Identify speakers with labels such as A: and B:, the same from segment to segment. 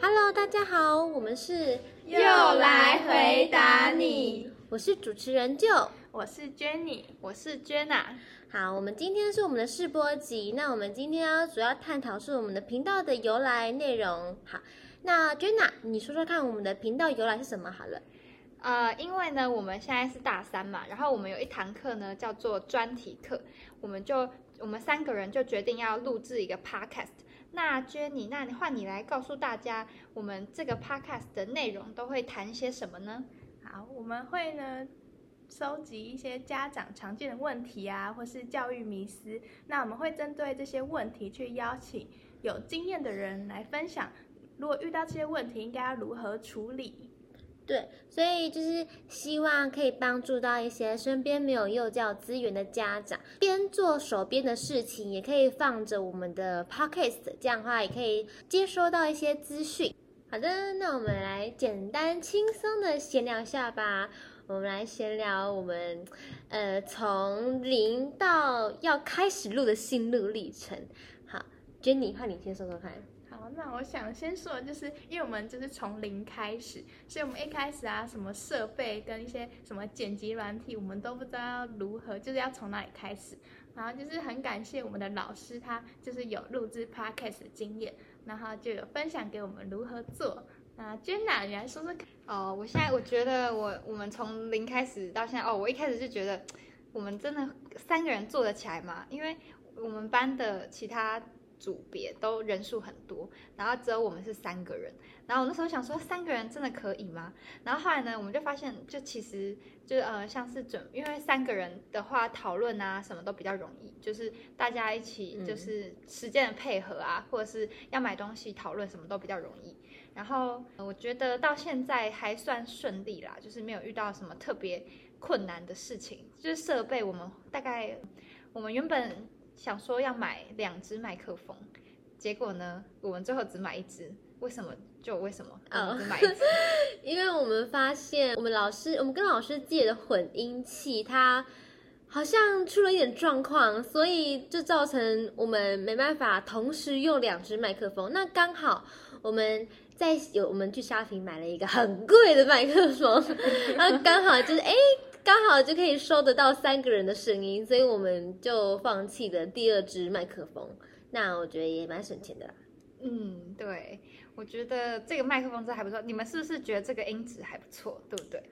A: Hello，大家好，我们是
B: 又来回答你，
A: 我是主持人就。
B: 我是 Jenny，我是 Jenna。
A: 好，我们今天是我们的试播集，那我们今天要主要探讨是我们的频道的由来内容。好，那 Jenna，你说说看我们的频道由来是什么好了？
B: 呃，因为呢，我们现在是大三嘛，然后我们有一堂课呢叫做专题课，我们就我们三个人就决定要录制一个 podcast。那 Jenny，那你换你来告诉大家，我们这个 podcast 的内容都会谈些什么呢？
C: 好，我们会呢收集一些家长常见的问题啊，或是教育迷思。那我们会针对这些问题去邀请有经验的人来分享，如果遇到这些问题，应该要如何处理？
A: 对，所以就是希望可以帮助到一些身边没有幼教资源的家长，边做手边的事情，也可以放着我们的 podcast，这样的话也可以接收到一些资讯。好的，那我们来简单轻松的闲聊一下吧。我们来闲聊我们，呃，从零到要开始录的心路历程。好，Jenny，换你先说说看。
C: 好，那我想先说，的就是因为我们就是从零开始，所以我们一开始啊，什么设备跟一些什么剪辑软体，我们都不知道要如何，就是要从哪里开始。然后就是很感谢我们的老师，他就是有录制 podcast 的经验，然后就有分享给我们如何做。那 Jenna，你来说说看。
B: 哦，我现在我觉得我我们从零开始到现在，哦，我一开始就觉得我们真的三个人做得起来嘛，因为我们班的其他组别都人数很多，然后只有我们是三个人，然后我那时候想说三个人真的可以吗？然后后来呢，我们就发现就其实就是呃像是准，因为三个人的话讨论啊什么都比较容易，就是大家一起
A: 嗯
B: 就是时间的配合啊，或者是要买东西讨论什么都比较容易。然后呃我觉得到现在还算顺利啦，就是没有遇到什么特别困难的事情。就是设备，我们大概我们原本想说要买两只麦克风，结果呢，我们最后只买一只。为什么？就为什么？我
A: 哦
B: 们只买一只。
A: 因为我们发现，我们老师，我们跟老师借的混音器，它好像出了一点状况，所以就造成我们没办法同时用两只麦克风。那刚好我们在有我们去沙坪买了一个很贵的麦克风，然后刚好就是哎。刚好就可以收得到三个人的声音，所以我们就放弃了第二支麦克风。那我觉得也蛮省钱的啦。
B: 嗯，对，我觉得这个麦克风真的还不错。你们是不是觉得这个音质还不错？对不对？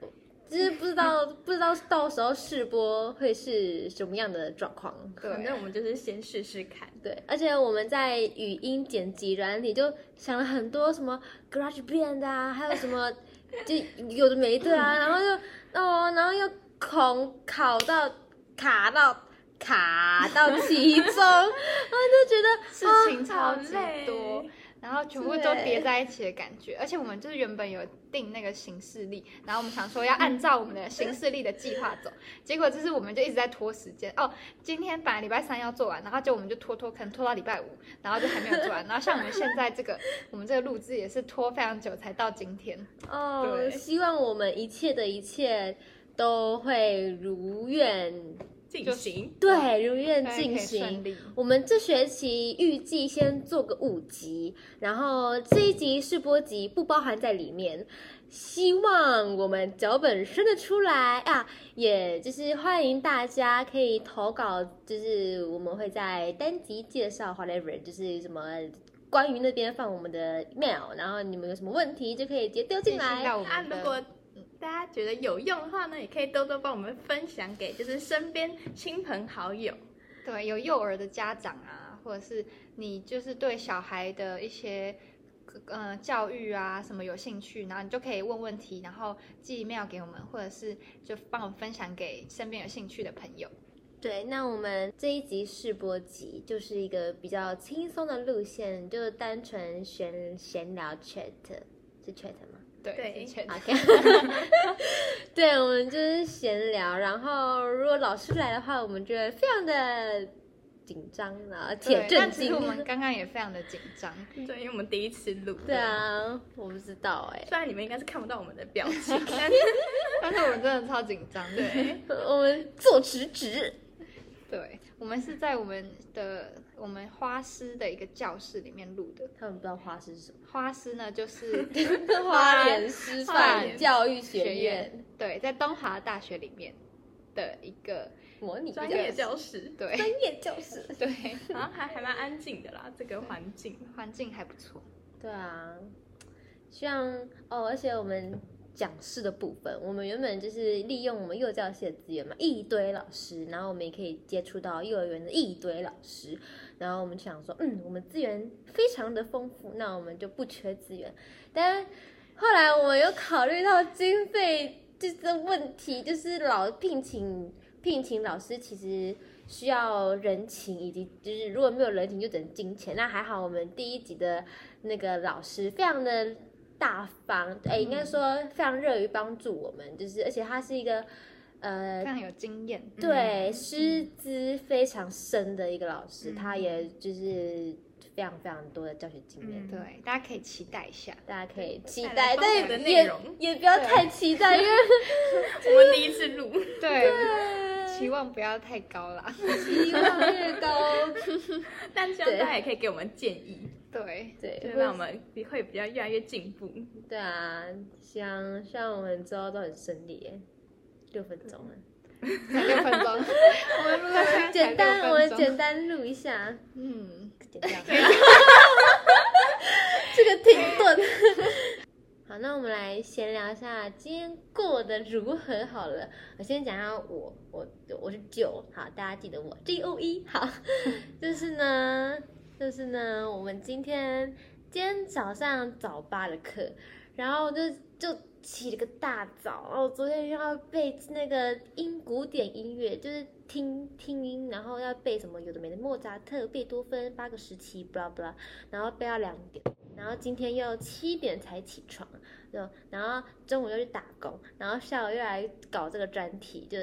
A: 就是不知道不知道到时候试播会是什么样的状况。
B: 对
C: 反正我们就是先试试看。
A: 对，而且我们在语音剪辑软体就想了很多什么 GarageBand 啊，还有什么 就有的没的 啊，然后就哦，然后又恐考到卡到卡到其中，然后就觉得
B: 事情超级多，
C: 啊好累
B: 然后全部都
A: 对
B: 叠在一起的感觉。而且我们就是原本有定那个行事历，然后我们想说要按照我们的行事历的计划 走，结果就是我们就一直在拖时间。哦，今天本来礼拜三要做完，然后就我们就拖拖，可能拖到礼拜五，然后就还没有做 完。然后像我们现在这个，我们这个录制也是拖非常久才到今天。
A: 哦，
B: 对
A: 希望我们一切的一切都会如愿，
C: 进行。
A: 对，如愿
B: 大家可以
A: 进行
B: 顺。利。
A: 我们这学期预计先做个五集，然后这一集试播集不包含在里面。希望我们脚本生得出来啊，也就是欢迎大家可以投稿，就是我们会在单集介绍 whatever，就是什么关于那边放我们的 mail，然后你们有什么问题就可以直接丢进
B: 寄信
A: 来。
B: 到我
C: 啊，
B: 们
C: 如
B: 的
C: 果大家觉得有用的话呢，也可以多多帮我们分享给就是身边亲朋好友。
B: 对，有幼儿的家长啊，或者是你就是对小孩的一些呃教育啊什么有兴趣，然后你就可以问问题，然后寄 email 给我们，或者是就帮我们分享给身边有兴趣的朋友。
A: 对，那我们这一集试播集就是一个比较轻松的路线，就单纯闲闲聊 chat，是 chat 吗
B: 对，
C: 对
B: 是确定
A: ？OK，对，我们就是闲聊。然后如果老师来的话，我们就会非常的紧张啊，且
B: 对，
A: 震
B: 但其实
A: 惊
B: 我。们刚刚也非常的紧张，
C: 对，因为我们第一次录。
A: 对。啊，我不知道哎、
C: 虽然你们应该是看不到我们的表情，但是
B: 但是我们真的超紧张。，
C: 对，
A: 我们坐直直。
B: 对，我们是在我们的我们花师的一个教室里面录的。
A: 他们不知道花是什么，
B: 花师呢，就是
A: 花莲师
B: 花
A: 范
B: 莲
A: 教育学
B: 学
A: 院
B: 院，对，在东华大学里面的一个
A: 模拟
C: 专
A: 教
C: 业
A: 室
C: 教室，
B: 对
A: 专业教室。
B: 对
C: 然后还还蛮安静的啦，这个环境。
B: 环境还不错。
A: 对啊，希望哦，而且我们讲师的部分，我们原本就是利用我们幼教系的资源嘛，一堆老师，然后我们也可以接触到幼儿园的一堆老师，然后我们就想说，嗯，我们资源非常的丰富，那我们就不缺资源。但后来我们又考虑到经费这个问题，就是老聘请聘请老师其实需要人情，以及就是如果没有人情就只能金钱。那还好，我们第一集的那个老师非常的大方，哎、应该说非常乐于帮助我们，就是而且他是一个呃
B: 非常有经验。嗯
A: 对，师资非常深的一个老师，
B: 嗯
A: 他也就是非常非常多的教学经验，
C: 嗯
B: 对，大家可以期待一下。
A: 大家可以期待，
C: 带来丰富的
A: 但
C: 内
A: 也
C: 容，
A: 也不要太期待，因为
C: 我们第一次录，
B: 对，期望不要太高啦。
A: 期望越 高，
C: 但希望大家也可以给我们建议，
B: 对，
A: 对，
C: 就是
A: 会
C: 让我们会比较越来越进步。
A: 对啊，像像我们之后都很顺利耶，六分钟了，
B: 才六分 钟， 我们录到现在才
A: 简
B: 六
A: 单，
B: 分
A: 我们
B: 钟
A: 简单录一下，
B: 嗯，
A: 简单，这个停顿。 好，那我们来闲聊一下今天过得如何好了。我先讲一下我，我我是九，好，大家记得我 J O E。好， 就是呢，就是呢，我们今天今天早上早八的课，然后就就起了个大早，然后昨天要背那个音古典音乐，就是听听音，然后要背什么有的没的，莫扎特、贝多芬八个时期，blah blah，然后背到两点，然后今天又七点才起床，就然后中午又去打工，然后下午又来搞这个专题，就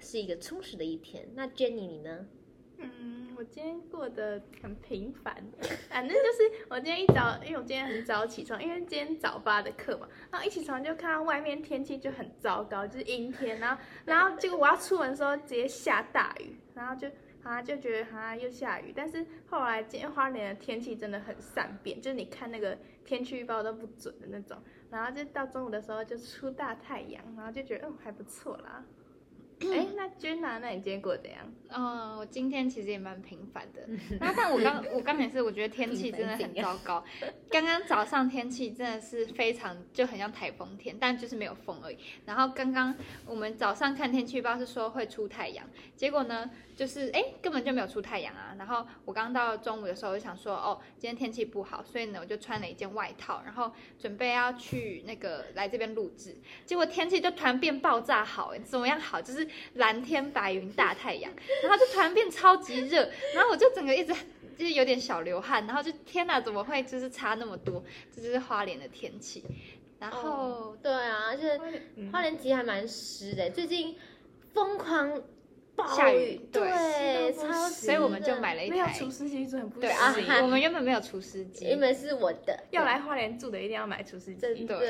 A: 是一个充实的一天。那 Jenny 你呢？
C: 嗯，我今天过得很平凡，反正就是我今天一早，因为我今天很早起床，因为今天早八的课嘛，然后一起床就看到外面天气就很糟糕，就是阴天，然后然后结果我要出门的时候直接下大雨，然后就。啊，就觉得啊又下雨，但是后来今天花莲的天气真的很善变，就是你看那个天气预报都不准的那种，然后就到中午的时候就出大太阳，然后就觉得嗯还不错啦。哎，那君娜，那你今天过得怎样？
B: 嗯，我今天其实也蛮平凡的。然后，但我刚我刚也是，我觉得天气真的很糟糕。刚刚早上天气真的是非常就很像台风天，但就是没有风而已。然后刚刚我们早上看天气预报是说会出太阳，结果呢就是哎根本就没有出太阳啊。然后我刚到中午的时候我就想说哦今天天气不好，所以呢我就穿了一件外套，然后准备要去那个来这边录制。结果天气就突然变爆炸好，哎怎么样好？就是蓝天白云大太阳。然后就突然变超级热，然后我就整个一直 就是有点小流汗，然后就天哪，怎么会就是差那么多？这就是花莲的天气。然后、
A: 哦，对啊，而且
C: 嗯
A: 花莲其实还蛮湿的，欸最近疯狂暴
B: 下雨
A: 雨，
B: 对
A: 对，
C: 湿到不
A: 超湿
C: 行
B: 所以我们就
A: 的
B: 买了一
C: 没有
B: 台，
C: 除湿机真的不
B: 哎对
A: 啊
C: 行，
A: 哈
B: 我们原本没有除湿机
A: 原，本是我的，
C: 要来花莲住的一定要买除湿
A: 真
C: 机，
A: 的，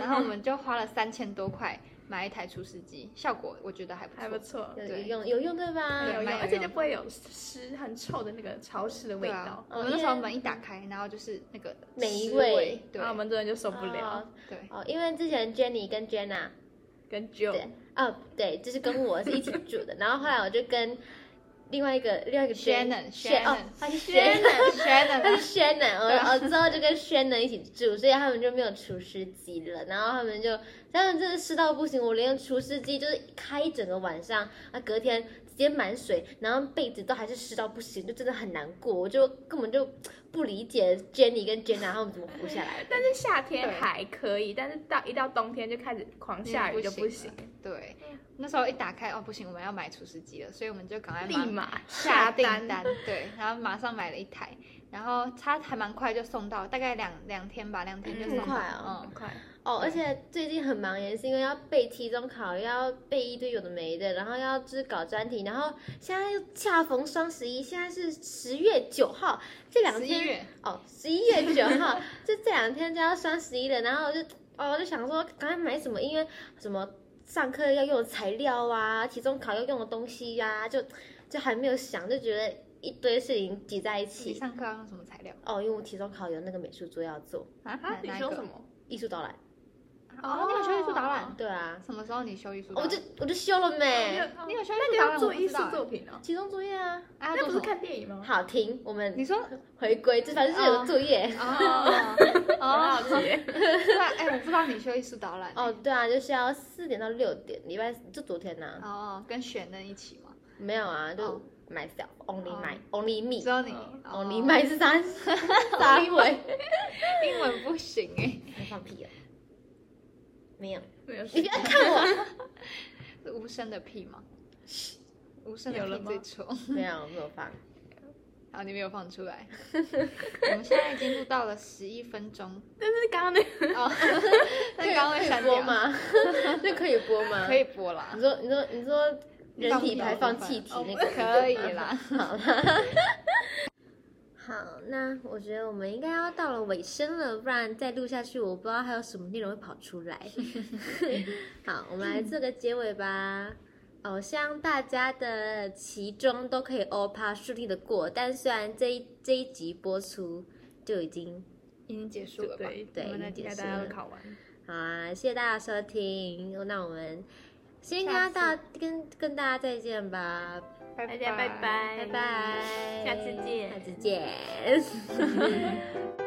B: 然后我们就花了三千多块买一台除湿机，效果我觉得还不
C: 还不
B: 错。
C: 错，
A: 有有
B: 对
A: 用有用对吧？
B: 对
C: 有
B: 蛮有
C: 用，
B: 用
C: 而且就不会有湿很臭的那个潮湿的味
B: 对啊
C: 道，，
B: 我们那时候门一打开，然后就是那个
A: 霉
B: 湿
A: 味
B: 味，对
C: 然
B: 啊
C: 后啊我们真的就受不了，
B: 对，
A: 哦。哦，因为之前 Jenny 跟 Jenna
C: 跟 Joe
A: 对，哦对，就是跟我是一起住的，然后后来我就跟另外一个另外一个
B: Shannon，
A: Shan- 哦
B: Shannon，
A: 他是 Shannon。他
B: Shannon，Shannon，
A: 是 Shannon，我我之后就跟 Shannon 一起住，所以他们就没有除湿机了。然后他们就，他们真的湿到不行，我连除湿机就是开一整个晚上，啊，隔天直接满水，然后被子都还是湿到不行，就真的很难过。我就根本就不理解 Jenny 跟 Jenna 他们怎么活下来的。
C: 但是夏天还可以，但是到一到冬天就开始
B: 嗯
C: 狂下雨就不行，
B: 对，
C: 嗯
B: 那时候一打开，哦，不行，我们要买除湿机了，所以我们就赶快
C: 立
B: 马
C: 马
B: 下订
C: 单，
B: 单，对，然后马上买了一台，然后它还蛮快就送到，大概两两天吧，两天就
C: 嗯
B: 送
A: 很
B: 到，
A: 快哦
B: 嗯
C: 很快，
A: 哦，而且最近很忙，也是因为要备期中考，又要备一堆有的没的，然后要就是搞专题，然后现在又恰逢双十一，现在是十月九号，这两
B: 十一
A: 天
B: 月，
A: 哦，十一月九号， 就这两天就要双十一了，然后我就哦，我就想说赶快买什么，因为什么上课要用的材料啊，期中考要用的东西呀、就。就还没有想，就觉得一堆事情挤在一
B: 你
A: 起。
B: 上课要用什么材料
A: 哦，因为我期中考有那个美术作业要做，
B: 啊
C: 啊，你说什？
B: 哪一个
C: 么？
A: 艺术导览。
B: 哦，你有修艺术导览？
A: 对啊，
B: 什么时候你修艺术导
A: 我
B: 览？
A: 就我就修了没。
B: 你有修
C: 哦那
B: 艺
C: 你
B: 术导
C: 要
B: 览，
C: 做
B: 我
C: 艺
B: 不
C: 术
B: 知道
C: 作品哦，
A: 期中作业啊，
B: 哎啊，
C: 那
B: 做
C: 不
B: 什
C: 是
B: 么？
C: 看电影吗？
A: 好停，我
B: 你
A: 们
B: 说
A: 回归，这反正是有作业。
B: 哦
C: 好
B: 哦，
C: 奇耶，
B: 对啊，哎，我不知道你修艺术导览
A: 哦，对啊，就是要四点到六点，礼拜就昨天呐、
B: 哦，跟雪嫩一起吗？
A: 没有啊，就
B: 哦
A: myself only
B: 哦
A: my only
B: 只
A: me
B: 有你
C: 哦
A: only my 是三啥鬼？
B: 英文不行哎，
A: 你放屁啊！没有，
C: 没有
A: 你不要看我。
B: 是无声的屁吗？无声的
C: 有了
B: 屁
C: 吗
B: 最 丑。
A: 没有，没有 放。
B: 好，你没有放 出来。我们现在已经录到了十一 分钟
C: 但是刚刚那个
B: 哦，那刚刚会
A: 可以
B: 删
A: 播
B: 掉？
A: 吗？ 这可以播吗？
B: 可。以播啦
A: 你，说，你说，你说，人体排放哦气体
C: 放屁
A: 那个
B: 哦可以啦。
A: 好了。 好，那我觉得我们应该要到了尾声了，不然再录下去，我不知道还有什么内容会跑出来。 好，我们来做个结尾吧。哦，希望大家的期中都可以欧趴顺利的过，但虽然这一这一集播出就已经
B: 已经结束了吧？
C: 对
A: 对
C: 我们的
A: 已经
C: 大
A: 结束
C: 家都
A: 了
C: 考完，
A: 好啊，谢谢大家收听，那我们先跟
B: 下
A: 大
B: 次
A: 家跟跟大家再见吧，
B: 拜
C: 大家拜拜，
A: 拜拜，
C: 下次见
A: 下次见。